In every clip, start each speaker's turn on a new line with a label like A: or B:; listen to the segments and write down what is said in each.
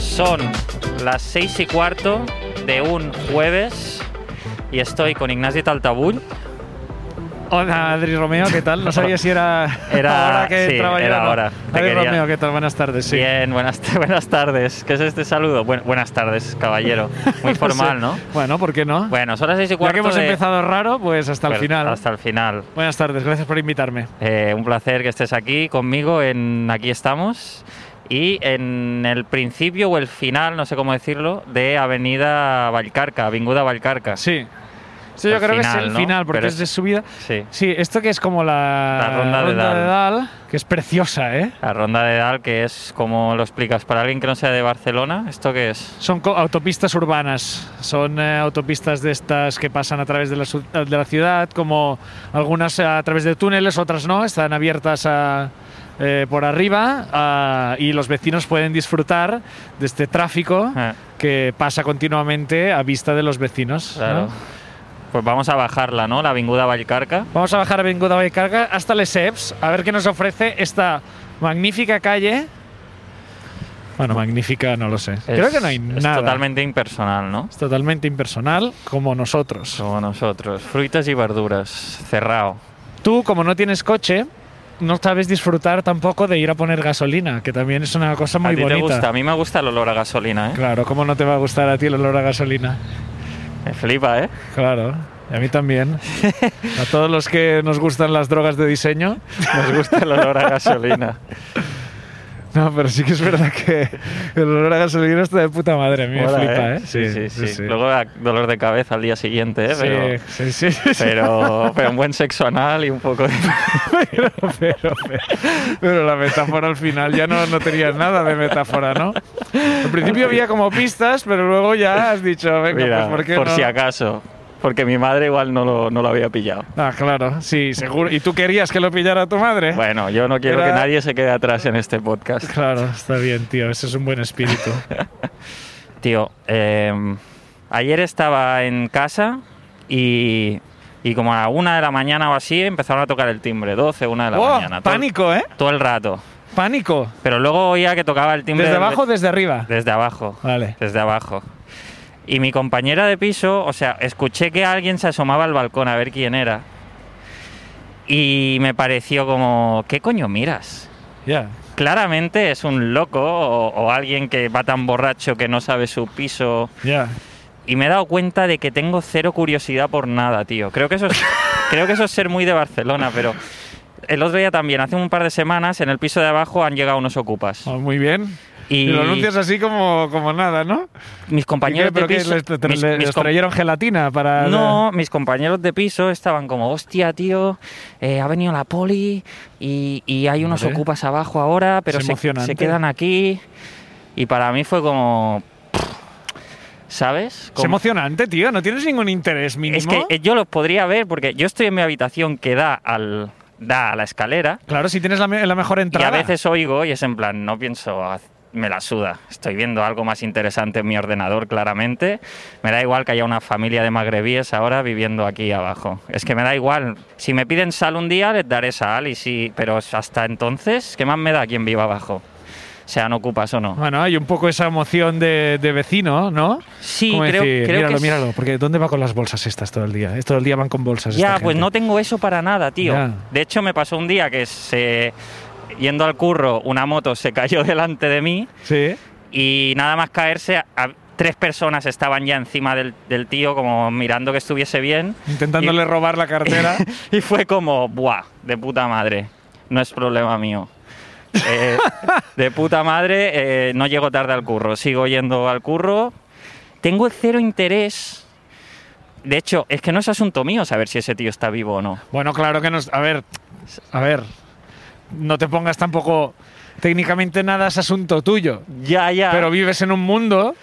A: Son las seis y cuarto de un jueves y estoy con Ignacio Taltabull.
B: Hola, Adri Romeo, ¿qué tal? No sabía si era,
A: Era-
B: ahora que
A: sí,
B: trabajaba.
A: era ahora. Te
B: Adri
A: quería-
B: Romeo, ¿qué tal? Buenas tardes, sí.
A: Bien, buenas, buenas tardes. ¿Qué es este saludo? Buen- buenas tardes, caballero. Muy
B: No
A: formal,
B: sé.
A: ¿no?
B: Bueno, ¿por qué no?
A: Bueno, son las seis y
B: ya
A: cuarto
B: que hemos
A: de-
B: empezado raro, pues hasta el
A: Pero-
B: final.
A: Hasta el final.
B: Buenas tardes, gracias por invitarme.
A: Eh, un placer que estés aquí conmigo en Aquí estamos. Y en el principio o el final, no sé cómo decirlo, de Avenida Valcarca, Avinguda Valcarca.
B: Sí. Sí,
A: El
B: yo creo que
A: final,
B: es el
A: ¿no?
B: final, porque
A: Pero
B: es
A: es-
B: de subida.
A: Sí.
B: Sí, esto que es como la,
A: La ronda de Dal.
B: Dal, que es preciosa, ¿eh?
A: La ronda de Dal, que es como lo explicas, para alguien que no sea de Barcelona, ¿esto qué es?
B: Son co- autopistas urbanas, son eh, autopistas de estas que pasan a través de la, su- eh, de la ciudad, como algunas eh, a través de túneles, otras no, están abiertas a- eh, por arriba a- y los vecinos pueden disfrutar de este tráfico
A: Ah,
B: que pasa continuamente a vista de los vecinos. ¿no?
A: claro. Pues vamos a bajarla, ¿no? La Avinguda Valcarca.
B: Vamos a bajar a Benguda Valcarca hasta Les Eps, a ver qué nos ofrece esta magnífica calle. Bueno, magnífica no lo sé. Creo
A: Es-
B: que no hay
A: es
B: nada.
A: totalmente impersonal, ¿no?
B: Es totalmente impersonal, como nosotros.
A: Como nosotros. Frutas y verduras. Cerrado.
B: Tú, como no tienes coche, no sabes disfrutar tampoco de ir a poner gasolina, que también es una cosa muy
A: a ti
B: bonita.
A: te gusta. A mí me gusta el olor a gasolina, ¿eh?
B: Claro, ¿cómo no te va a gustar a ti el olor a gasolina?
A: Me flipa, ¿eh?
B: Claro, y a mí también. A todos los que nos gustan las drogas de diseño.
A: Nos gusta el olor a gasolina.
B: No, pero sí que es verdad que el olor a gasolina está de puta madre, a mí
A: Mola,
B: me flipa, ¿eh?
A: Sí, sí, sí. Luego da dolor de cabeza al día siguiente, ¿eh?
B: Sí,
A: Pero,
B: sí, sí, sí.
A: pero, pero un buen sexo anal y un poco de...
B: pero, pero, pero la metáfora al final ya no, no tenías nada de metáfora, ¿no? Al principio había como pistas, pero luego ya has dicho, venga,
A: Mira,
B: pues ¿por qué
A: por
B: no?
A: si acaso. Porque mi madre igual no lo, no lo había pillado.
B: Ah, claro, sí, seguro. ¿Y tú querías que lo pillara tu madre?
A: Bueno, yo no quiero
B: ¿Eh? Era-
A: que nadie se quede atrás en este podcast.
B: Claro, está bien, tío, ese es un buen espíritu.
A: Tío, eh, ayer estaba en casa y, y como a la una de la mañana o así empezaron a tocar el timbre. 12, una de la
B: ¡Oh!
A: mañana. Todo el-
B: pánico, ¿eh?
A: Todo el rato.
B: Pánico.
A: Pero luego oía que tocaba el timbre.
B: ¿Desde
A: del-
B: abajo o desde arriba?
A: Desde abajo.
B: Vale.
A: Desde abajo. Y mi compañera de piso, o sea, escuché que alguien se asomaba al balcón a ver quién era. Y me pareció como, ¿qué coño miras?
B: Ya.
A: Claramente es un loco o, o alguien que va tan borracho que no sabe su piso.
B: Ya.
A: Y me he dado cuenta de que tengo cero curiosidad por nada, tío. Creo que eso es, creo que eso es ser muy de Barcelona, pero el otro día también, hace un par de semanas, en el piso de abajo han llegado unos ocupas.
B: Oh, muy bien.
A: Y-
B: Y lo anuncias así como, como nada, ¿no?
A: Mis compañeros
B: ¿Y qué? ¿Pero
A: de
B: qué?
A: piso.
B: ¿Les, tra-
A: mis-
B: les
A: mis com-
B: trajeron gelatina para...?
A: No, mis compañeros de piso estaban como, hostia, tío, eh, ha venido la poli y, y hay unos
B: Hombre.
A: ocupas abajo ahora, pero
B: Es
A: se,
B: emocionante.
A: se quedan aquí. Y para mí fue como, ¿sabes?
B: Es
A: Como-
B: emocionante, tío. No tienes ningún interés mínimo.
A: es que eh, yo los podría ver porque yo estoy en mi habitación que da al da a la escalera
B: Claro, si tienes la, me- la mejor entrada.
A: y a veces oigo y es en plan, no pienso, "Ah, me la suda, estoy viendo algo más interesante en mi ordenador claramente, me da igual que haya una familia de magrebíes ahora viviendo aquí abajo, es que me da igual, si me piden sal un día les daré sal, y si, pero hasta entonces, ¿qué más me da quien viva abajo? Sean ocupas o no.
B: Bueno, hay un poco esa emoción de, de vecino, ¿no?
A: Sí,
B: Como
A: creo,
B: decir,
A: creo
B: míralo,
A: que... es-
B: míralo, porque ¿dónde va con las bolsas estas todo el día? Todo el día van con bolsas.
A: Ya,
B: esta
A: pues
B: gente.
A: no tengo eso para nada, tío.
B: Ya.
A: De hecho, me pasó un día que se, yendo al curro, una moto se cayó delante de mí
B: Sí.
A: y nada más caerse, a- tres personas estaban ya encima del, del tío como mirando que estuviese bien
B: Intentándole robar la cartera.
A: y fue como, ¡buah! De puta madre, no es problema mío. Eh, de puta madre, eh, no llego tarde al curro, sigo yendo al curro. Tengo cero interés. De hecho, es que no es asunto mío saber si ese tío está vivo o no.
B: bueno, claro que nos. A ver, a ver. No te pongas tampoco. Técnicamente nada es asunto tuyo.
A: Ya, ya.
B: Pero vives en un mundo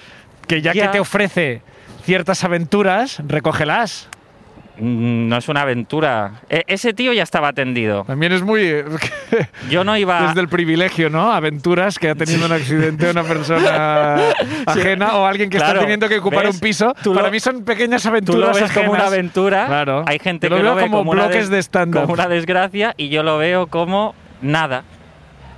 B: que ya,
A: Ah. Ya.
B: que te ofrece ciertas aventuras, recógelas.
A: Mm, no es una aventura. E- ese tío ya estaba tendido.
B: También es muy.
A: Yo no iba.
B: Desde el privilegio, ¿no? Aventuras que ha tenido un accidente una persona ajena o alguien que
A: Claro,
B: está teniendo que ocupar
A: ¿ves?
B: un piso.
A: Tú lo-
B: Para mí son pequeñas
A: Tú lo
B: aventuras
A: ves como una
B: ajenas.
A: aventura.
B: Claro.
A: Hay gente
B: Yo lo
A: que
B: veo
A: lo ve
B: como
A: una des-
B: bloques de stand-up.
A: Como una desgracia y yo lo veo como nada.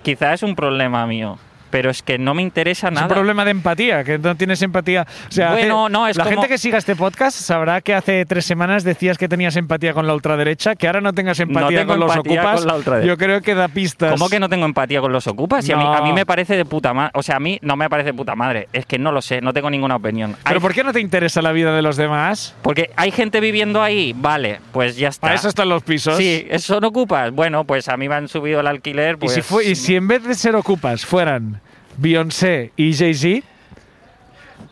A: Quizá es un problema mío. pero es que no me interesa
B: Es
A: nada.
B: un problema de empatía, que no tienes empatía. O sea,
A: Bueno,
B: hace-
A: no, es
B: la
A: como-
B: gente que siga este podcast sabrá que hace tres semanas decías que tenías empatía con la ultraderecha, que ahora no tengas empatía
A: tengo
B: con los
A: empatía
B: ocupas.
A: con la ultraderecha.
B: Yo creo que da pistas.
A: ¿Cómo que no tengo empatía con los ocupas? Y a, mí,
B: No.
A: a mí me parece de puta madre. O sea, a mí no me parece de puta madre. Es que no lo sé, no tengo ninguna opinión.
B: ¿Pero
A: Hay-
B: por qué no te interesa la vida de los demás?
A: Porque hay gente viviendo ahí, vale, pues ya está.
B: Para eso están los pisos.
A: Sí, eso no ocupas. Bueno, pues a mí me han subido el alquiler.
B: Y
A: Pues,
B: si, fue, y si en vez de ser ocupas fueran Beyoncé y Jay-Z,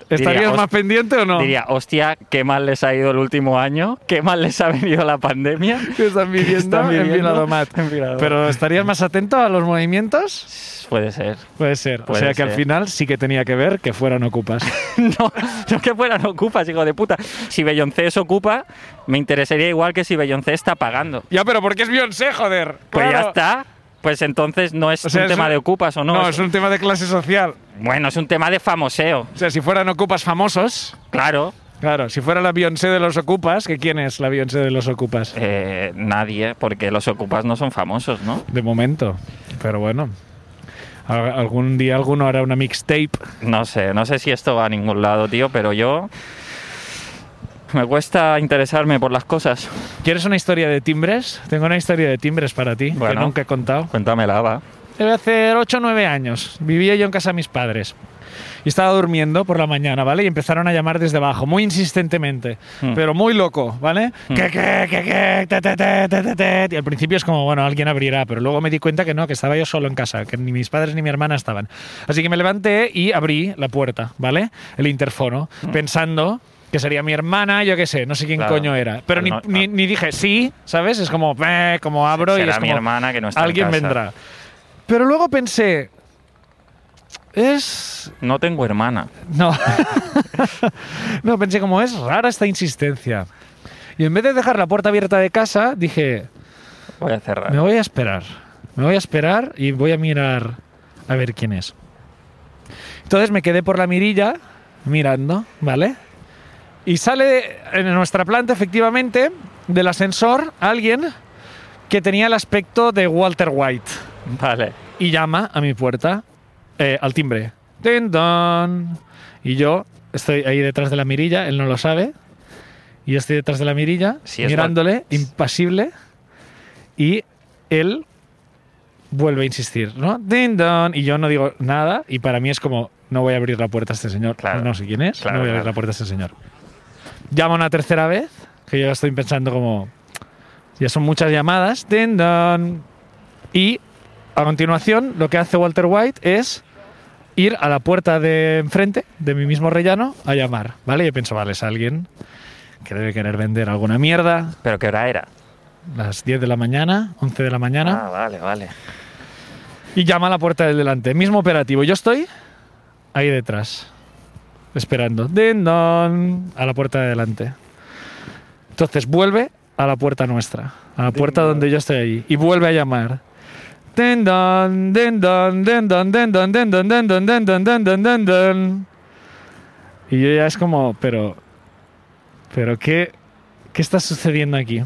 B: ¿estarías
A: Diría,
B: más
A: "Host-
B: pendiente o no?
A: Diría, hostia, qué mal les ha ido el último año, qué mal les ha venido la pandemia.
B: que están viviendo,
A: están
B: en
A: viviendo
B: Viladomat.
A: en Viladomat.
B: Pero ¿estarías más atento a los movimientos?
A: Puede ser.
B: Puede ser.
A: Puede
B: o sea que al
A: ser.
B: final sí que tenía que ver que fueran ocupas.
A: No, no que fueran ocupas, hijo de puta. Si Beyoncé es ocupa, me interesaría igual que si Beyoncé está pagando.
B: ya, pero porque es Beyoncé, joder.
A: Pues ya
B: Claro.
A: está. Pues entonces no es
B: O sea,
A: un
B: es
A: tema
B: un-
A: de ocupas o no.
B: No,
A: Es-
B: es un tema de clase social.
A: Bueno, es un tema de famoseo,
B: O sea, si fueran ocupas famosos,
A: claro.
B: claro, si fuera la Beyoncé de los ocupas, que quién es la Beyoncé de los ocupas?
A: Eh, nadie, porque los ocupas no son famosos, ¿no?
B: De momento. Pero bueno. Al- Algún día alguno hará una mixtape.
A: No sé, no sé si esto va a ningún lado, tío, pero yo... Me cuesta interesarme por las cosas.
B: ¿Quieres una historia de timbres? Tengo una historia de timbres para ti, que
A: Bueno.
B: nunca he contado.
A: Cuéntamela, va.
B: Debe hacer 8 o 9 años. Vivía yo en casa de mis padres. Y estaba durmiendo por la mañana, ¿vale? Y empezaron a llamar desde abajo, muy insistentemente,
A: Hmm.
B: pero muy loco, ¿vale? Que, que, que, que, te, te, te, te, te, te. Y al principio es como, bueno, alguien abrirá, pero luego me di cuenta que no, que estaba yo solo en casa, que ni mis padres ni mi hermana estaban. Así que me levanté y abrí la puerta, ¿vale? El interfono, pensando que sería mi hermana, yo qué sé, no sé quién
A: Hmm. Claro.
B: coño era. Pero ni,
A: No,
B: ni-
A: no.
B: ni dije sí, ¿sabes? Es como, eh, como abro y
A: Será
B: es
A: mi
B: como,
A: hermana que no está en
B: alguien
A: casa.
B: vendrá. Pero luego pensé, es...
A: No tengo hermana.
B: No. no, pensé como es rara esta insistencia. Y en vez de dejar la puerta abierta de casa, dije,
A: Voy a cerrar.
B: me voy a esperar. Me voy a esperar y voy a mirar a ver quién es. Entonces me quedé por la mirilla mirando, ¿vale? Y sale en nuestra planta, efectivamente, del ascensor alguien que tenía el aspecto de Walter White
A: Vale.
B: y llama a mi puerta eh, al timbre. Tin, don. Y yo estoy ahí detrás de la mirilla, él no lo sabe. Y yo estoy detrás de la mirilla,
A: Si es
B: mirándole,
A: Wal-
B: impasible. Y él vuelve a insistir, ¿no? Tin, don. Y yo no digo nada, y para mí es como, no voy a abrir la puerta a este señor.
A: Claro.
B: No sé quién es,
A: Claro,
B: no voy a abrir
A: claro.
B: la puerta a este señor. Llama una tercera vez, que yo estoy pensando como, ya son muchas llamadas. Tin, don. Y a continuación, lo que hace Walter White es ir a la puerta de enfrente de mi mismo rellano a llamar, ¿vale? Yo pienso, vale, es alguien que debe querer vender alguna mierda.
A: ¿Pero qué hora era?
B: Las 10 de la mañana, 11 de la mañana.
A: Ah, vale, vale.
B: Y llama a la puerta del delante. Mismo operativo. Yo estoy ahí detrás, esperando. Ding dong, a la puerta de delante. Entonces vuelve a la puerta nuestra, a la puerta donde yo estoy ahí. Y vuelve a llamar. Ding dong, ding dong, ding dong, ding dong, ding dong, ding dong, ding dong, ding dong, ding dong. Y yo ya es como, pero. ¿Pero qué, qué está sucediendo aquí?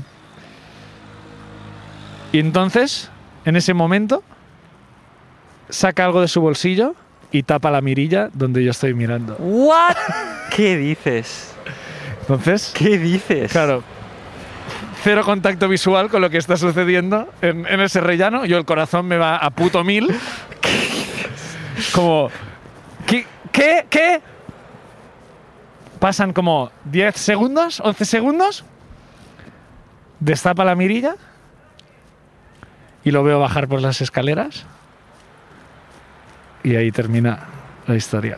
B: Y entonces, en ese momento, saca algo de su bolsillo y tapa la mirilla donde yo estoy mirando.
A: ¿What? ¿Qué dices?
B: Entonces,
A: ¿Qué dices?
B: claro, cero contacto visual con lo que está sucediendo en, en ese rellano. Yo el corazón me va a puto mil. Como, ¿qué? ¿Qué? ¿Qué? Pasan como 10 segundos, 11 segundos. Destapa la mirilla y lo veo bajar por las escaleras. Y ahí termina la historia.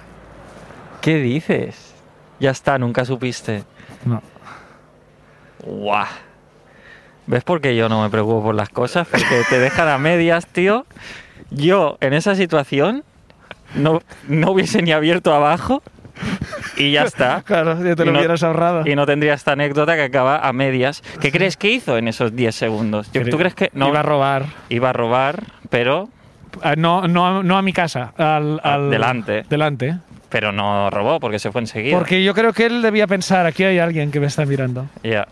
A: ¿Qué dices? Ya está, nunca supiste.
B: No.
A: ¡Guau! ¿Ves por qué yo no me preocupo por las cosas? Porque te dejan a medias, tío. Yo, en esa situación, no, no hubiese ni abierto abajo y ya está.
B: Claro, ya te
A: Y
B: lo
A: no-
B: hubieras ahorrado.
A: Y no tendría esta anécdota que acaba a medias. ¿Qué crees que hizo en esos 10 segundos? Yo- ¿Tú crees que no
B: Iba a robar.
A: iba a robar, pero,
B: Ah, no, no, a- no a mi casa, al, al-
A: Ah, Delante.
B: Delante.
A: pero no robó porque se fue enseguida?
B: Porque yo creo que él debía pensar, aquí hay alguien que me está mirando.
A: Ya.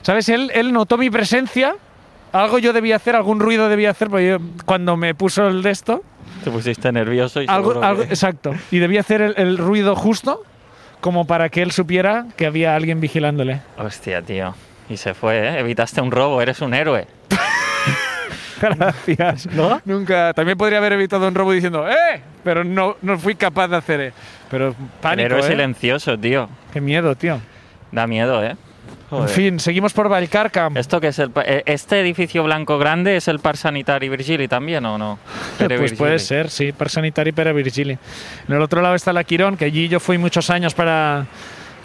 B: ¿Sabes? Él, él notó mi presencia, algo yo debía hacer, algún ruido debía hacer, porque yo- cuando me puso el de esto,
A: Te pusiste nervioso y
B: Algo-
A: seguro que-
B: algo- Exacto. Y debía hacer el, el ruido justo como para que él supiera que había alguien vigilándole.
A: Hostia, tío. Y se fue, ¿eh? Evitaste un robo, eres un héroe.
B: Gracias.
A: ¿No?
B: Nunca. También podría haber evitado un robo diciendo ¡Eh! Pero no, no fui capaz de hacer. eh. Pero
A: El
B: pánico,
A: héroe
B: ¿eh?
A: silencioso, tío.
B: Qué miedo, tío.
A: Da miedo, ¿eh? Joder.
B: En fin, seguimos por Valcarcam.
A: ¿Esto que es el pa- eh, ¿Este edificio blanco grande es el par sanitario Virgili también o no? Pere
B: Pues puede
A: Virgili.
B: ser, sí, para Sanitari, para Virgili. En el otro lado está la Quirón, que allí yo fui muchos años para.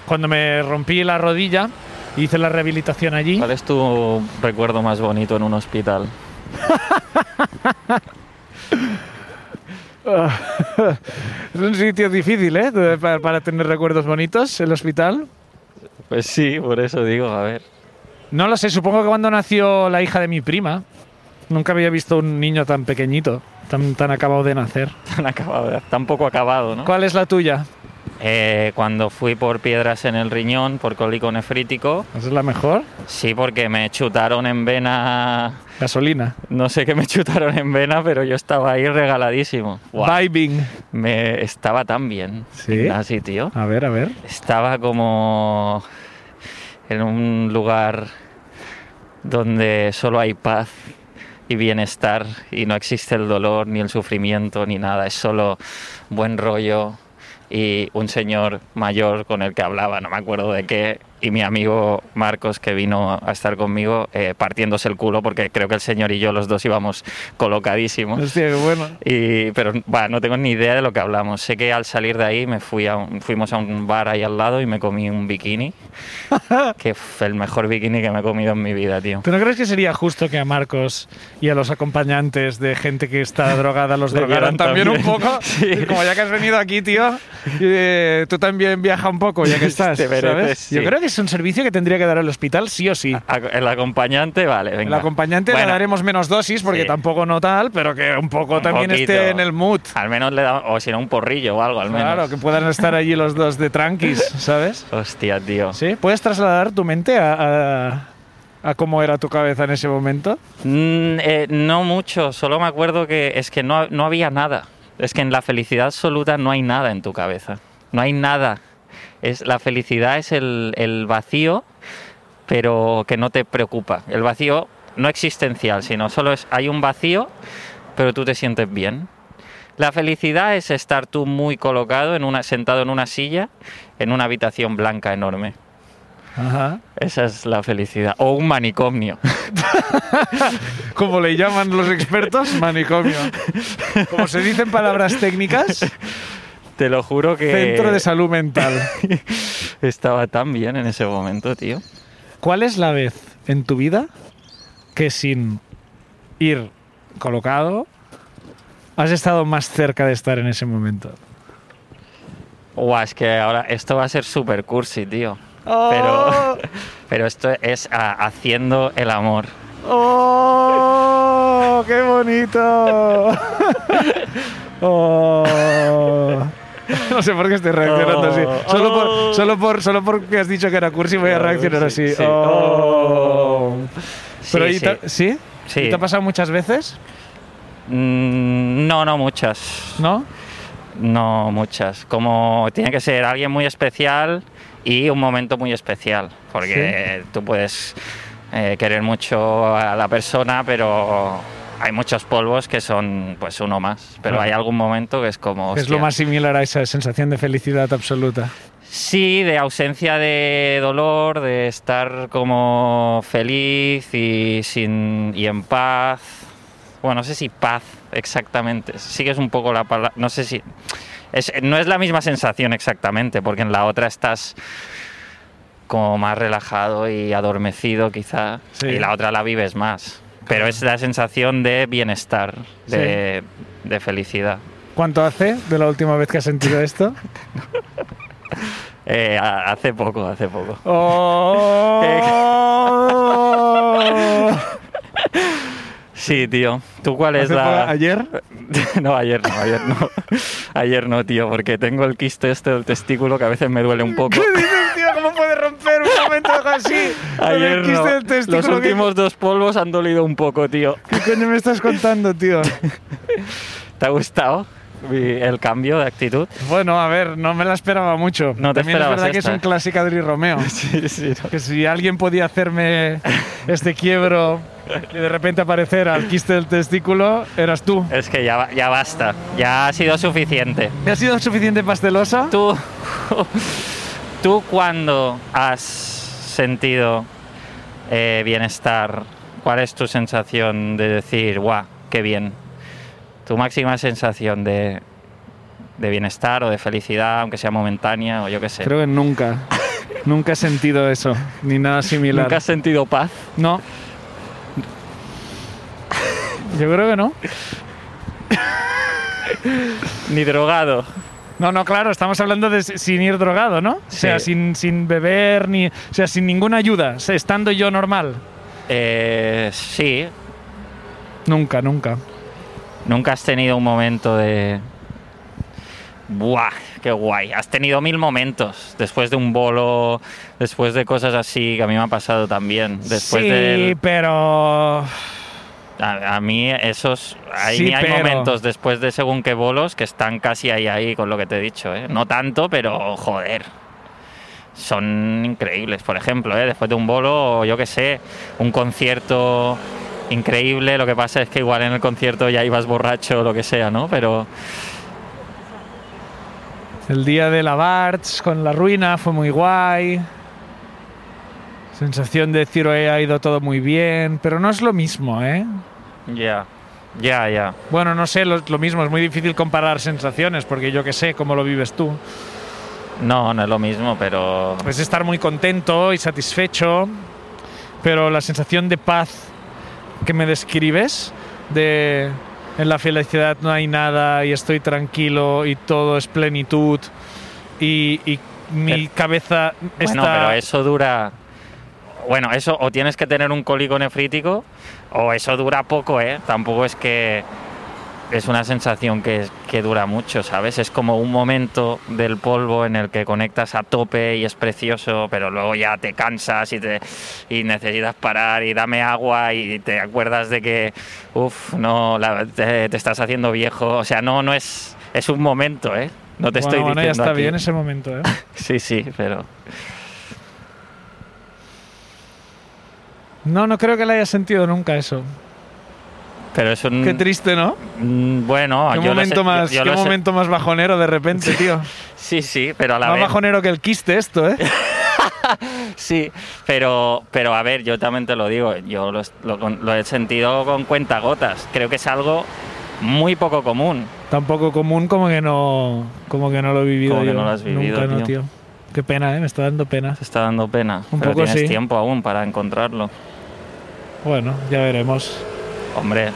B: cuando me rompí la rodilla, hice la rehabilitación allí.
A: ¿Cuál es tu recuerdo más bonito en un hospital?
B: Es un sitio difícil, ¿eh? De- Para, para tener recuerdos bonitos, el hospital.
A: Pues sí, por eso digo, a ver.
B: No lo sé, supongo que cuando nació la hija de mi prima, nunca había visto un niño tan pequeñito, tan, tan acabado de nacer.
A: Tan acabado, tan poco acabado, ¿no?
B: ¿Cuál es la tuya?
A: Eh, cuando fui por piedras en el riñón, por cólico nefrítico,
B: ¿Esa es la mejor?
A: sí, porque me chutaron en vena.
B: Gasolina.
A: No sé qué me chutaron en vena, pero yo estaba ahí regaladísimo. Buah,
B: Vibing.
A: me estaba tan bien.
B: ¿Sí?
A: Así, tío.
B: A ver, a ver.
A: Estaba como en un lugar donde solo hay paz y bienestar y no existe el dolor ni el sufrimiento ni nada, es solo buen rollo y un señor mayor con el que hablaba, no me acuerdo de qué, y mi amigo Marcos que vino a estar conmigo eh, partiéndose el culo porque creo que el señor y yo los dos íbamos colocadísimos.
B: Hostia, qué bueno.
A: Y, pero bah, no tengo ni idea de lo que hablamos. Sé que al salir de ahí me fui a un- fuimos a un bar ahí al lado y me comí un bikini. que fue el mejor bikini que me he comido en mi vida, tío.
B: ¿Tú no crees que sería justo que a Marcos y a los acompañantes de gente que está drogada los
A: Le dieran
B: drogaran también, un
A: también.
B: poco?
A: Sí.
B: Como ya que has venido aquí, tío, eh, tú también viaja un poco ya que estás,
A: Te mereces,
B: ¿sabes? Yo
A: sí.
B: creo que es un servicio que tendría que dar al hospital sí o sí.
A: A- el acompañante, vale, venga.
B: El acompañante
A: Bueno,
B: le daremos menos dosis porque
A: sí.
B: tampoco no tal, pero que un poco
A: Un
B: también
A: poquito.
B: esté en el mood.
A: Al menos le damos, o si no, un porrillo o algo, al menos.
B: Claro, que puedan estar allí los dos de tranquis, ¿sabes?
A: Hostia, tío.
B: Sí, ¿puedes trasladar tu mente a, a- a cómo era tu cabeza en ese momento?
A: Mm, eh, no mucho, solo me acuerdo que es que no, no había nada. Es que en la felicidad absoluta no hay nada en tu cabeza. No hay nada. Es, la felicidad es el, el vacío, pero que no te preocupa. El vacío no existencial, sino solo es, hay un vacío, pero tú te sientes bien. La felicidad es estar tú muy colocado, en una, sentado en una silla, en una habitación blanca enorme.
B: Ajá.
A: Esa es la felicidad. O un manicomio.
B: como le llaman los expertos, manicomio. Como se dicen palabras técnicas,
A: Te lo juro que...
B: centro de salud mental.
A: Estaba tan bien en ese momento, tío.
B: ¿Cuál es la vez en tu vida que sin ir colocado has estado más cerca de estar en ese momento?
A: Guau, es que ahora esto va a ser super cursi, tío. Pero, pero esto es ah, haciendo el amor.
B: ¡Oh! ¡Qué bonito! Oh. No sé por qué estoy reaccionando así.
A: Oh.
B: Solo,
A: Oh.
B: por, solo, por, solo porque has dicho que era cursi voy a
A: Claro,
B: reaccionar
A: sí,
B: así.
A: sí.
B: Oh. Pero
A: Sí,
B: ¿y te-
A: sí.
B: ¿sí?
A: Sí.
B: ¿Y te ha pasado muchas veces?
A: Mm, no, no muchas.
B: ¿No?
A: No muchas. Como tiene que ser alguien muy especial y un momento muy especial. Porque tú puedes eh, querer mucho a la persona, pero hay muchos polvos que son pues uno más. Pero
B: Claro.
A: hay algún momento que es como...
B: Es lo
A: hostia.
B: más similar a esa sensación de felicidad absoluta.
A: Sí, de ausencia de dolor, de estar como feliz y, sin, y en paz. Bueno, no sé si paz exactamente. Sí que es un poco la palabra. No sé si. es- no es la misma sensación exactamente, porque en la otra estás como más relajado y adormecido, quizá.
B: Sí.
A: Y la otra la vives más. Pero es la sensación de bienestar, de, de felicidad.
B: ¿Cuánto hace de la última vez que has sentido esto?
A: Eh, a- hace poco, hace poco.
B: Oh.
A: Sí, tío. ¿Tú cuál es
B: ¿Hace
A: la...?
B: poco- ¿Ayer?
A: No, ayer no, ayer no. Ayer no, tío, porque tengo el quiste este del testículo que a veces me duele un poco.
B: ¿Qué dices, tío? ¿Cómo puede romper un momento algo así? Con el
A: Ayer
B: quiste
A: no.
B: del testículo,
A: Los
B: ¿qué-
A: últimos dos polvos han dolido un poco, tío.
B: ¿Qué coño me estás contando, tío?
A: ¿Te ha gustado mi- el cambio de actitud?
B: Bueno, a ver, no me la esperaba mucho.
A: No te
B: También es
A: esperabas
B: verdad que es
A: esta.
B: un clásico Adri Romeo.
A: Sí, sí.
B: Que si alguien podía hacerme este quiebro y de repente aparecer al quiste del testículo, eras tú.
A: Es que ya, ba- ya basta, ya ha sido suficiente.
B: ¿Me has sido suficiente pastelosa?
A: ¿Tú, ¿tú cuándo has sentido eh, bienestar? ¿Cuál es tu sensación de decir, guau, qué bien? ¿Tu máxima sensación de, de bienestar o de felicidad, aunque sea momentánea o yo qué sé?
B: Creo que nunca. Nunca he sentido eso, ni nada similar.
A: ¿Nunca has sentido paz?
B: No. Yo creo que no.
A: Ni drogado.
B: No, no, claro, estamos hablando de si- sin ir drogado, ¿no? O sea,
A: Sí.
B: sin, sin beber, ni, o sea, sin ninguna ayuda, o sea, estando yo normal.
A: Eh, sí,
B: Nunca, nunca.
A: nunca has tenido un momento de... Buah, qué guay. Has tenido mil momentos después de un bolo, después de cosas así que a mí me ha pasado también. Después
B: sí,
A: del-
B: pero...
A: a, a mí esos hay,
B: Sí,
A: hay
B: pero-
A: momentos después de según qué bolos que están casi ahí ahí con lo que te he dicho, ¿eh? No tanto, pero joder. Son increíbles, por ejemplo, ¿eh? después de un bolo, o yo qué sé, un concierto increíble, lo que pasa es que igual en el concierto ya ibas borracho o lo que sea, ¿no? Pero
B: El día de la Barts con la ruina fue muy guay. Sensación de decir, "Oye, ha ido todo muy bien, pero no es lo mismo, ¿eh?
A: ya, ya, ya.
B: Bueno, no sé, lo, lo mismo, es muy difícil comparar sensaciones, porque yo qué sé, cómo lo vives tú.
A: No, no es lo mismo, pero
B: Es pues, estar muy contento y satisfecho, pero la sensación de paz que me describes, de en la felicidad no hay nada y estoy tranquilo y todo es plenitud y, y mi cabeza
A: Bueno,
B: está...
A: pero eso dura. Bueno, eso o tienes que tener un cólico nefrítico o eso dura poco, ¿eh? Tampoco es que es una sensación que, que dura mucho, ¿sabes? Es como un momento del polvo en el que conectas a tope y es precioso, pero luego ya te cansas y, te, y necesitas parar y dame agua y te acuerdas de que, uff, no, la- te, te estás haciendo viejo. O sea, no, no es, es un momento, ¿eh? No te
B: Bueno,
A: estoy diciendo.
B: bueno, ya está
A: aquí-
B: bien ese momento, ¿eh?
A: Sí, sí, pero.
B: No, no creo que le haya sentido nunca eso.
A: Pero es un.
B: Qué triste, ¿no?
A: Mm, Bueno,
B: Qué
A: yo lo
B: momento,
A: sé-
B: más,
A: yo
B: qué
A: lo sé-
B: momento más bajonero de repente, tío.
A: Sí, sí, pero a la
B: Más
A: vez.
B: bajonero que el quiste esto, ¿eh?
A: Sí, pero, pero a ver, yo también te lo digo, yo lo, lo- lo he sentido con cuentagotas. Creo que es algo muy poco común.
B: Tampoco común como que no como que no lo he vivido
A: Como que
B: yo.
A: no lo has vivido,
B: Nunca, no,
A: tío.
B: tío. Qué pena, ¿eh? Me está dando pena.
A: Te está dando pena.
B: Un
A: pero
B: poco
A: tienes
B: sí.
A: tiempo aún para encontrarlo.
B: Bueno, ya veremos.
A: Hombre.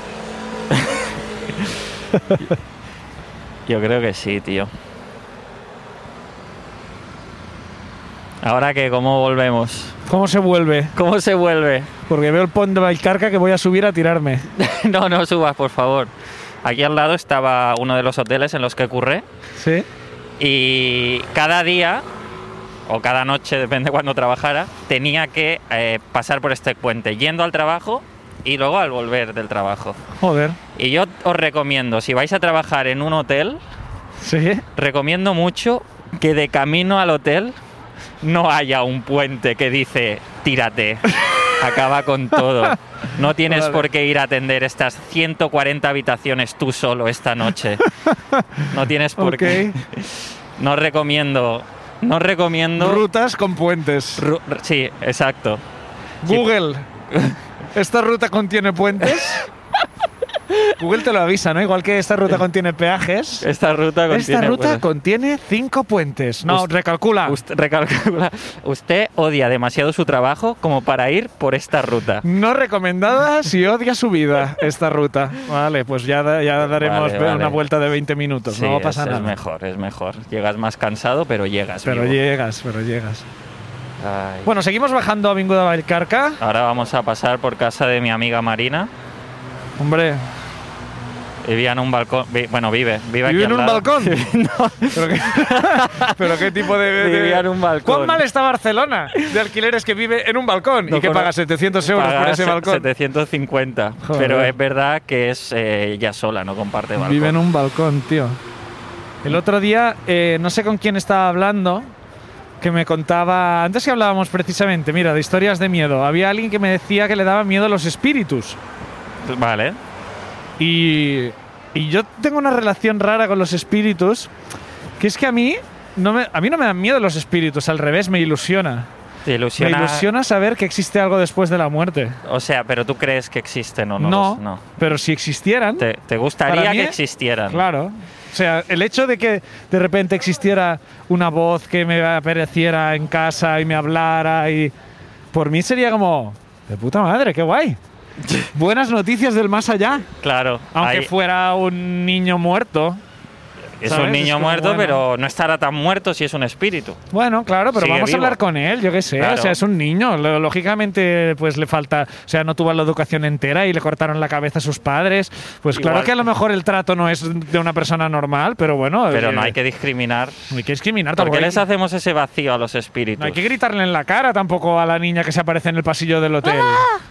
A: yo creo que sí, tío. Ahora que, ¿cómo volvemos?
B: ¿Cómo se vuelve?
A: ¿Cómo se vuelve?
B: Porque veo el pont de Valcarca que voy a subir a tirarme.
A: No, no subas, por favor. Aquí al lado estaba uno de los hoteles en los que curré
B: ¿Sí?
A: y cada día o cada noche, depende cuando trabajara, tenía que eh, pasar por este puente, yendo al trabajo y luego al volver del trabajo.
B: Joder.
A: Y yo os recomiendo, si vais a trabajar en un hotel,
B: ¿Sí?
A: recomiendo mucho que de camino al hotel no haya un puente que dice tírate, acaba con todo. No tienes
B: Vale.
A: por qué ir a atender estas 140 habitaciones tú solo esta noche. No tienes por
B: Ok.
A: qué. No recomiendo. No recomiendo.
B: Rutas con puentes.
A: Ru- sí, exacto. Sí.
B: Google. ¿Esta ruta contiene puentes? Google te lo avisa, ¿no? Igual que esta ruta contiene peajes.
A: Eh. Esta ruta contiene.
B: Esta ruta
A: puentes.
B: contiene cinco puentes. No,
A: Ust-
B: recalcula.
A: Usted, recalcula, usted odia demasiado su trabajo como para ir por esta ruta.
B: No recomendada si odia su vida esta ruta. Vale, pues ya, da- ya daremos
A: Vale, vale.
B: una vuelta de 20 minutos.
A: Sí,
B: no
A: es-
B: pasa
A: es,
B: nada.
A: mejor, es mejor. Llegas más cansado, pero llegas.
B: Pero
A: vivo.
B: llegas, pero llegas.
A: Ay.
B: Bueno, seguimos bajando a Vinguda Valcarca.
A: Ahora vamos a pasar por casa de mi amiga Marina.
B: Hombre,
A: Vivía en un balcón. vi- bueno, vive. Vive aquí
B: ¿Vive en
A: al
B: un
A: lado.
B: balcón?
A: No,
B: ¿Pero qué, pero qué tipo de, de-
A: Vivía en un balcón.
B: ¿Cuán mal está Barcelona de alquileres que vive en un balcón
A: No
B: y que
A: cono-
B: paga 700 euros por
A: pagaba
B: ese
A: se-
B: balcón?
A: 750.
B: Joder.
A: Pero es verdad que es eh, ella sola, no comparte Este balcón. Mm.
B: Vive en un balcón, tío. El otro día, eh, no sé con quién estaba hablando, que me contaba, antes que hablábamos precisamente, mira, de historias de miedo, había alguien que me decía que le daba miedo los espíritus.
A: Vale.
B: Y, y yo tengo una relación rara con los espíritus, que es que a mí no me, a mí no me dan miedo los espíritus, al revés, me ilusiona.
A: Te
B: Me
A: ilusiona.
B: ilusiona saber que existe algo después de la muerte.
A: O sea, pero tú crees que existen o no.
B: No,
A: los- no.
B: pero si existieran,
A: Te, te gustaría
B: Para mí,
A: que existieran.
B: Claro. O sea, el hecho de que de repente existiera una voz que me apareciera en casa y me hablara y por mí sería como de puta madre, qué guay. Buenas noticias del más allá,
A: Claro.
B: aunque
A: Hay-
B: fuera un niño muerto.
A: es
B: ¿sabes?
A: un
B: Es
A: niño
B: como,
A: muerto,
B: bueno.
A: pero no estará tan muerto si es un espíritu.
B: Bueno, claro, pero
A: Sigue
B: vamos
A: vivo.
B: a hablar con él, yo qué sé.
A: Claro.
B: O sea, es un niño. Lo- Lógicamente, pues le falta. O sea, no tuvo la educación entera y le cortaron la cabeza a sus padres. Pues claro
A: Igual.
B: que a lo mejor el trato no es de una persona normal, pero bueno.
A: Pero
B: eh,
A: no hay que discriminar.
B: no hay que discriminar
A: ¿Por
B: tampoco
A: qué
B: hay-
A: les hacemos ese vacío a los espíritus?
B: No hay que gritarle en la cara tampoco a la niña que se aparece en el pasillo del hotel.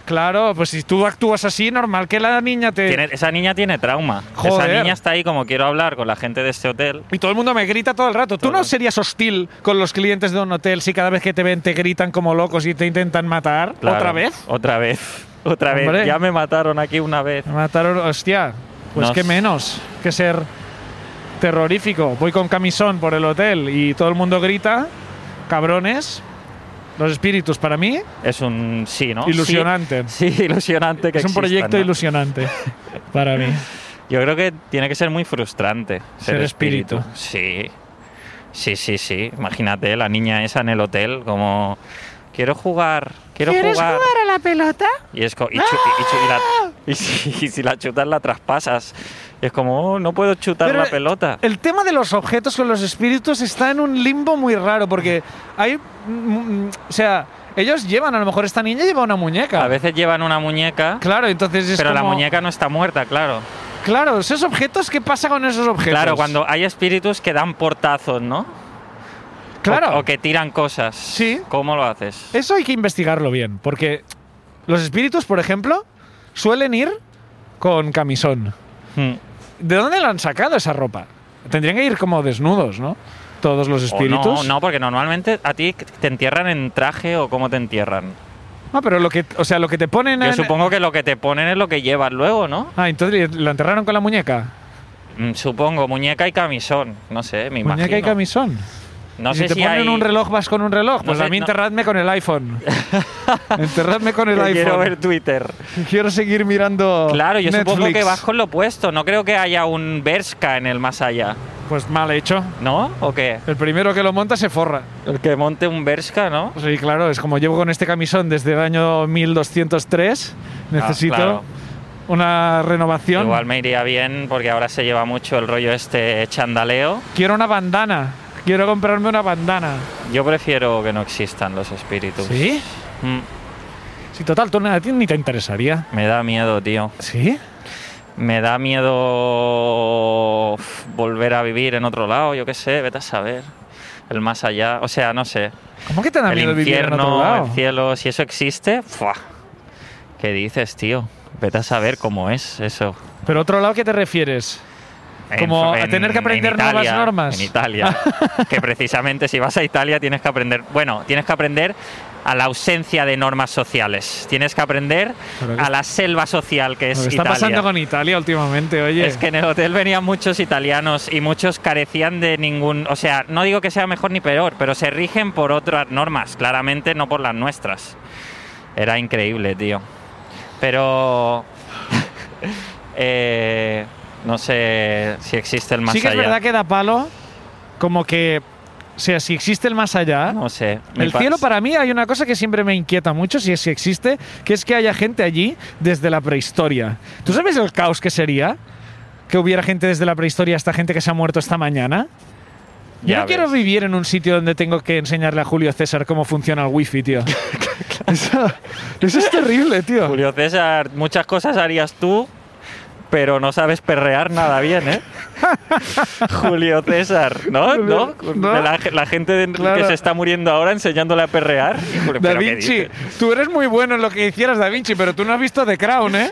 B: Claro, pues si tú actúas así, normal que la niña te...
A: Tiene- esa niña tiene trauma. Esa
B: Joder.
A: niña está ahí como quiero hablar con la gente de este hotel.
B: Y todo el mundo me grita todo el rato. ¿Tú
A: Todo.
B: no serías hostil con los clientes de un hotel si cada vez que te ven te gritan como locos y te intentan matar?
A: Claro,
B: ¿Otra vez?
A: Otra vez. Otra vez.
B: Hombre.
A: Ya me mataron aquí una vez.
B: Mataron, hostia. Pues
A: Nos-
B: qué menos que ser terrorífico. Voy con camisón por el hotel y todo el mundo grita, cabrones. Los espíritus para mí,
A: Es un sí, ¿no?
B: ilusionante.
A: Sí, sí, ilusionante que
B: es un
A: existan,
B: proyecto
A: ¿no?
B: ilusionante para mí.
A: Yo creo que tiene que ser muy frustrante ser,
B: Ser espíritu.
A: Sí. Sí, sí, sí. Imagínate la niña esa en el hotel como quiero jugar, quiero jugar.
B: a la pelota?
A: Y es co- y, chu- y chu- y la- y si, y si la chutas la traspasas. Y es como, "Oh, no puedo chutar
B: Pero
A: la pelota.
B: El tema de los objetos con los espíritus está en un limbo muy raro porque hay. mm, mm, o sea, ellos llevan, a lo mejor esta niña lleva una muñeca.
A: A veces llevan una muñeca,
B: Claro, entonces es
A: pero la
B: como-
A: muñeca no está muerta, claro.
B: Claro, esos objetos, ¿qué pasa con esos objetos?
A: Claro, cuando hay espíritus que dan portazos, ¿no?
B: Claro.
A: O, o que tiran cosas.
B: Sí. Eh,
A: ¿Cómo lo haces?
B: Eso hay que investigarlo bien porque los espíritus, por ejemplo, suelen ir con camisón.
A: Hmm.
B: ¿De dónde la han sacado esa ropa? Tendrían que ir como desnudos, ¿no? Todos los
A: O
B: espíritus.
A: no, no, porque normalmente a ti te entierran en traje o cómo te entierran.
B: Ah, pero lo que, o sea, lo que te ponen
A: Yo
B: en-
A: supongo que lo que te ponen es lo que llevas luego, ¿no?
B: Ah, entonces la enterraron con la muñeca.
A: Mm, Supongo, muñeca y camisón. No sé, me imagino.
B: Muñeca y camisón.
A: No
B: Y
A: sé
B: si te
A: si
B: ponen
A: hay-
B: un reloj, vas con un reloj.
A: No
B: Pues
A: sé,
B: a mí
A: no-
B: enterradme con el iPhone. enterradme con el
A: Que Quiero
B: iPhone.
A: ver Twitter.
B: Quiero seguir mirando.
A: Claro, yo supongo
B: Netflix.
A: que vas con lo opuesto. No creo que haya un Berska en el más allá,
B: Pues mal hecho.
A: ¿no? ¿O qué?
B: El primero que lo monta se forra.
A: El que monte un Berska, ¿no?
B: Sí, claro, es como llevo con este camisón desde el año 1203. Necesito
A: Ah, claro.
B: una renovación.
A: Igual me iría bien porque ahora se lleva mucho el rollo este chandaleo.
B: Quiero una bandana. Quiero comprarme una bandana.
A: Yo prefiero que no existan los espíritus.
B: ¿Sí?
A: Mm,
B: Sí, total, tú nada, a ti ni te interesaría.
A: me da miedo, tío.
B: ¿Sí?
A: Me da miedo uf, volver a vivir en otro lado, yo qué sé, vete a saber. El más allá, o sea, no sé.
B: ¿Cómo que te da
A: el
B: miedo vivir Ah, en otro
A: infierno,
B: lado?
A: el cielo, si eso existe, ¡fua! ¿qué dices, tío? Vete a saber cómo es eso.
B: ¿Pero otro lado qué te refieres?
A: En-
B: Como a
A: en-
B: tener que
A: en
B: aprender
A: Italia,
B: nuevas normas.
A: En Italia. que precisamente si vas a Italia tienes que aprender. Bueno, tienes que aprender a la ausencia de normas sociales. Tienes que aprender
B: Pero que-
A: a la selva social que es
B: Lo que está
A: Italia.
B: pasando con Italia últimamente, oye.
A: Es que en el hotel venían muchos italianos y muchos carecían de ningún. O sea, no digo que sea mejor ni peor, pero se rigen por otras normas, claramente no por las nuestras. Era increíble, tío. Pero. eh, no sé si existe el más
B: sí que es
A: allá.
B: verdad que da palo, como que, o sea, si existe el más allá,
A: No sé. me
B: el
A: pa-
B: cielo para mí hay una cosa que siempre me inquieta mucho, si es que existe, que es que haya gente allí desde la prehistoria. ¿Tú sabes el caos que sería? Que hubiera gente desde la prehistoria hasta gente que se ha muerto esta mañana. Yo
A: Ya
B: no quiero
A: ves.
B: vivir en un sitio donde tengo que enseñarle a Julio César cómo funciona el wifi, tío. eso, eso es terrible, tío.
A: Julio César, muchas cosas harías tú. pero no sabes perrear nada bien, ¿eh? Julio César, ¿no? ¿No?
B: ¿No?
A: De La, la gente de-
B: Claro.
A: que se está muriendo ahora enseñándole a perrear. Y, pero,
B: Da
A: ¿pero qué
B: Vinci,
A: dices?
B: tú eres muy bueno en lo que hicieras Da Vinci, pero tú no has visto The Crown, ¿eh?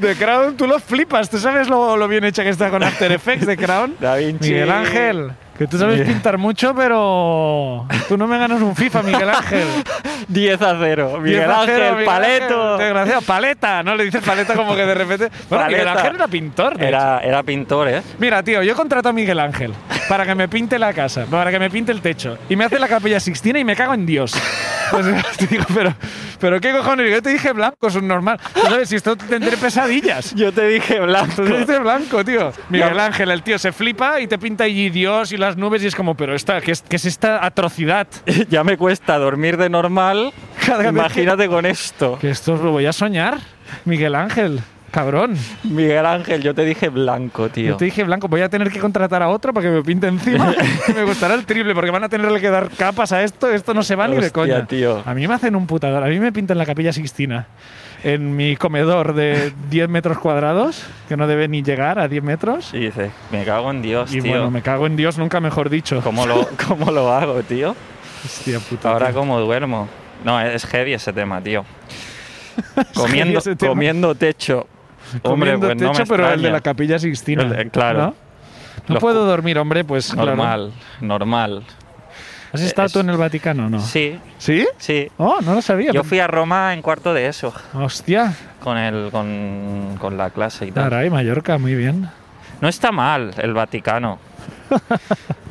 B: The Crown, tú lo flipas, tú sabes lo, lo bien hecha que está con After Effects The Crown.
A: Da Vinci.
B: Miguel Ángel, que tú sabes
A: Bien.
B: pintar mucho, pero tú no me ganas un FIFA, Miguel Ángel.
A: 10 a 0. Miguel
B: 10 a
A: Ángel,
B: 0, Miguel
A: paleto.
B: Ángel, Desgraciado, paleta, no le dices paleta como que de repente. Bueno, Miguel
A: Paleta.
B: Ángel era pintor, de hecho.
A: Era, era pintor, ¿eh?
B: Mira, tío, yo contrato a Miguel Ángel para que me pinte la casa, para que me pinte el techo. Y me hace la capilla Sixtina y me cago en Dios. O sea, te digo, pero, pero qué cojones, yo te dije blanco, es un normal. Tú sabes, si esto tendré pesadillas.
A: Yo te dije blanco.
B: Tú dices blanco, tío. Miguel Ángel, el tío se flipa y te pinta allí Dios y las nubes y es como, pero esta, ¿qué es, qué es esta atrocidad?
A: ya me cuesta dormir de normal.
B: Cada vez que-
A: Imagínate con esto.
B: Que esto os lo voy a soñar, Miguel Ángel. Cabrón,
A: Miguel Ángel, yo te dije blanco, tío.
B: yo te dije blanco, voy a tener que contratar a otro para que me pinte encima. me gustará el triple porque van a tenerle que dar capas a esto, esto no se va ni de
A: Hostia,
B: coña.
A: tío.
B: A mí me hacen un putador, a mí me pintan la capilla Sixtina en mi comedor de 10 metros cuadrados, que no debe ni llegar a 10 metros.
A: Y dices, me cago en Dios,
B: Y
A: tío.
B: bueno, me cago en Dios, nunca mejor dicho.
A: ¿Cómo, lo, ¿Cómo lo hago, tío?
B: Hostia puta.
A: Ahora
B: tío.
A: cómo duermo. No, es heavy ese tema, tío.
B: heavy
A: Comiendo,
B: ese tema.
A: comiendo techo. Hombre,
B: Comiendo
A: pues no me
B: techo, pero el de
A: extraña.
B: la capilla Sixtina.
A: El de- claro.
B: ¿no? No
A: Los
B: puedo
A: cu-
B: dormir, hombre, pues claro.
A: Normal, normal.
B: ¿Has estado
A: Es-
B: tú en el Vaticano o no?
A: Sí,
B: ¿Sí?
A: sí.
B: Oh, no lo sabía.
A: Yo fui a Roma en cuarto de eso,
B: Hostia.
A: con, el, con, con la clase y tal.
B: Caray, Mallorca, muy bien.
A: No está mal el Vaticano.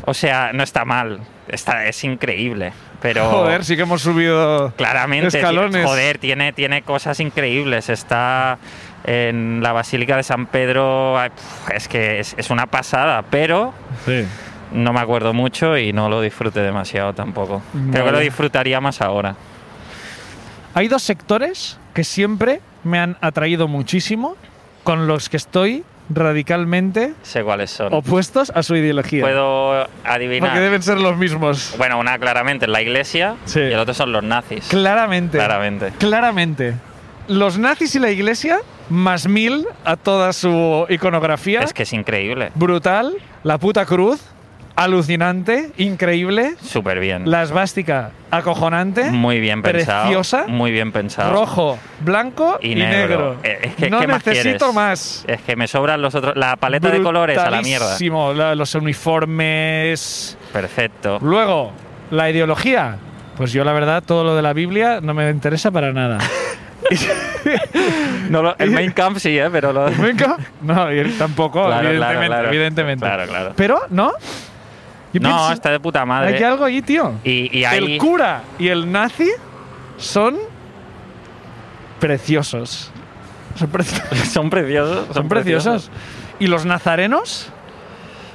A: O sea, no está mal. Está, es increíble. Pero
B: Joder, sí que hemos subido.
A: claramente, ti-
B: escalones.
A: joder, tiene, tiene cosas increíbles. Está en la Basílica de San Pedro. ay, pf, Es que es, es una pasada, pero
B: Sí.
A: no me acuerdo mucho y no lo disfruté demasiado tampoco. Creo que
B: Vale.
A: lo disfrutaría más ahora.
B: Hay dos sectores que siempre me han atraído muchísimo, con los que estoy radicalmente
A: Sé cuáles son.
B: opuestos a su ideología.
A: Puedo adivinar.
B: Porque deben ser los mismos.
A: Bueno, una claramente es la iglesia
B: Sí.
A: y el otro son los nazis.
B: Claramente.
A: Claramente.
B: Claramente. Los nazis y la iglesia, más mil a toda su iconografía.
A: Es que es increíble.
B: Brutal. La puta cruz. Alucinante. Increíble.
A: Súper bien.
B: La esvástica, acojonante.
A: Muy bien pensado.
B: Preciosa.
A: Muy bien pensado.
B: Rojo, blanco y,
A: Y
B: negro.
A: negro. Eh, es que-
B: no
A: ¿qué más
B: necesito
A: quieres?
B: más.
A: Es que me sobran los otros. La paleta de colores a la mierda.
B: Brutalísimo, la- los uniformes.
A: Perfecto.
B: Luego, la ideología. Pues yo, la verdad, todo lo de la Biblia no me interesa para nada.
A: No lo- el main camp sí, ¿eh? pero lo.
B: ¿Venga? No, y él tampoco,
A: Claro,
B: evidentemente.
A: claro, claro.
B: evidentemente.
A: Claro, claro.
B: Pero, ¿no? Yo
A: No,
B: pienso-
A: está de puta
B: Hay
A: madre.
B: algo allí, tío.
A: Y, y ahí.
B: El cura y el nazi son preciosos. Son preci-
A: Son preciosos.
B: son preciosos. Y los nazarenos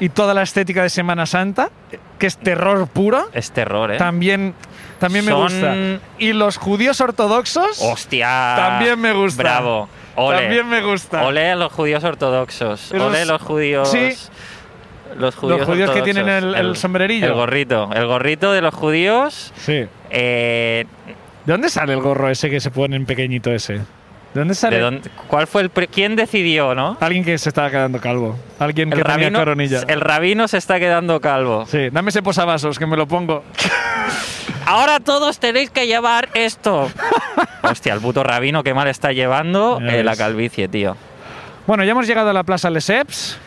B: y toda la estética de Semana Santa, que es terror puro,
A: Es terror, ¿eh?
B: también, también me
A: Son-
B: gusta. Y los judíos ortodoxos
A: Hostia.
B: También me gusta.
A: Bravo. Ole.
B: también me gusta.
A: Ole a los judíos ortodoxos.
B: Esos-
A: Ole a los judíos.
B: Sí.
A: Los judíos,
B: judíos que
A: ortodoxos.
B: tienen el- el sombrerillo.
A: El gorrito. El gorrito de los judíos.
B: Sí.
A: Eh,
B: ¿De dónde sale el gorro ese que se pone en pequeñito ese? ¿De dónde sale?
A: ¿de dónde- ¿Cuál fue el. pri- ¿Quién decidió, no?
B: Alguien que se estaba quedando calvo. Alguien que tenía coronilla.
A: el rabino se está quedando calvo.
B: Sí, dame ese posavasos que me lo pongo.
A: Ahora todos tenéis que llevar esto. Hostia, el puto rabino qué mal está llevando
B: Ya
A: eh, la
B: ves.
A: calvicie, tío.
B: Bueno, ya hemos llegado a la Plaza Lesseps.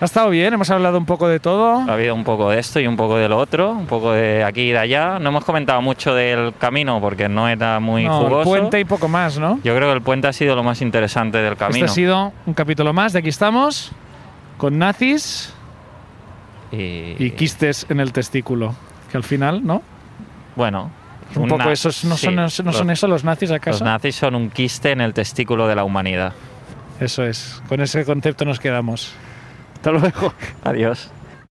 B: Ha estado bien, hemos hablado un poco de todo.
A: Ha habido un poco de esto y un poco de lo otro, un poco de aquí y de allá. No hemos comentado mucho del camino porque no era muy
B: No, el
A: jugoso.
B: puente y poco más, ¿no?
A: Yo creo que el puente ha sido lo más interesante del
B: Este
A: camino.
B: ha sido un capítulo más de Aquí estamos, con nazis
A: y,
B: y quistes en el testículo. Que al final, ¿no?
A: bueno,
B: Un
A: una-
B: poco esos, ¿no,
A: sí,
B: son, no son
A: los-
B: eso los nazis acaso?
A: Los nazis son un quiste en el testículo de la humanidad.
B: eso es, con ese concepto nos quedamos. Hasta luego.
A: Adiós.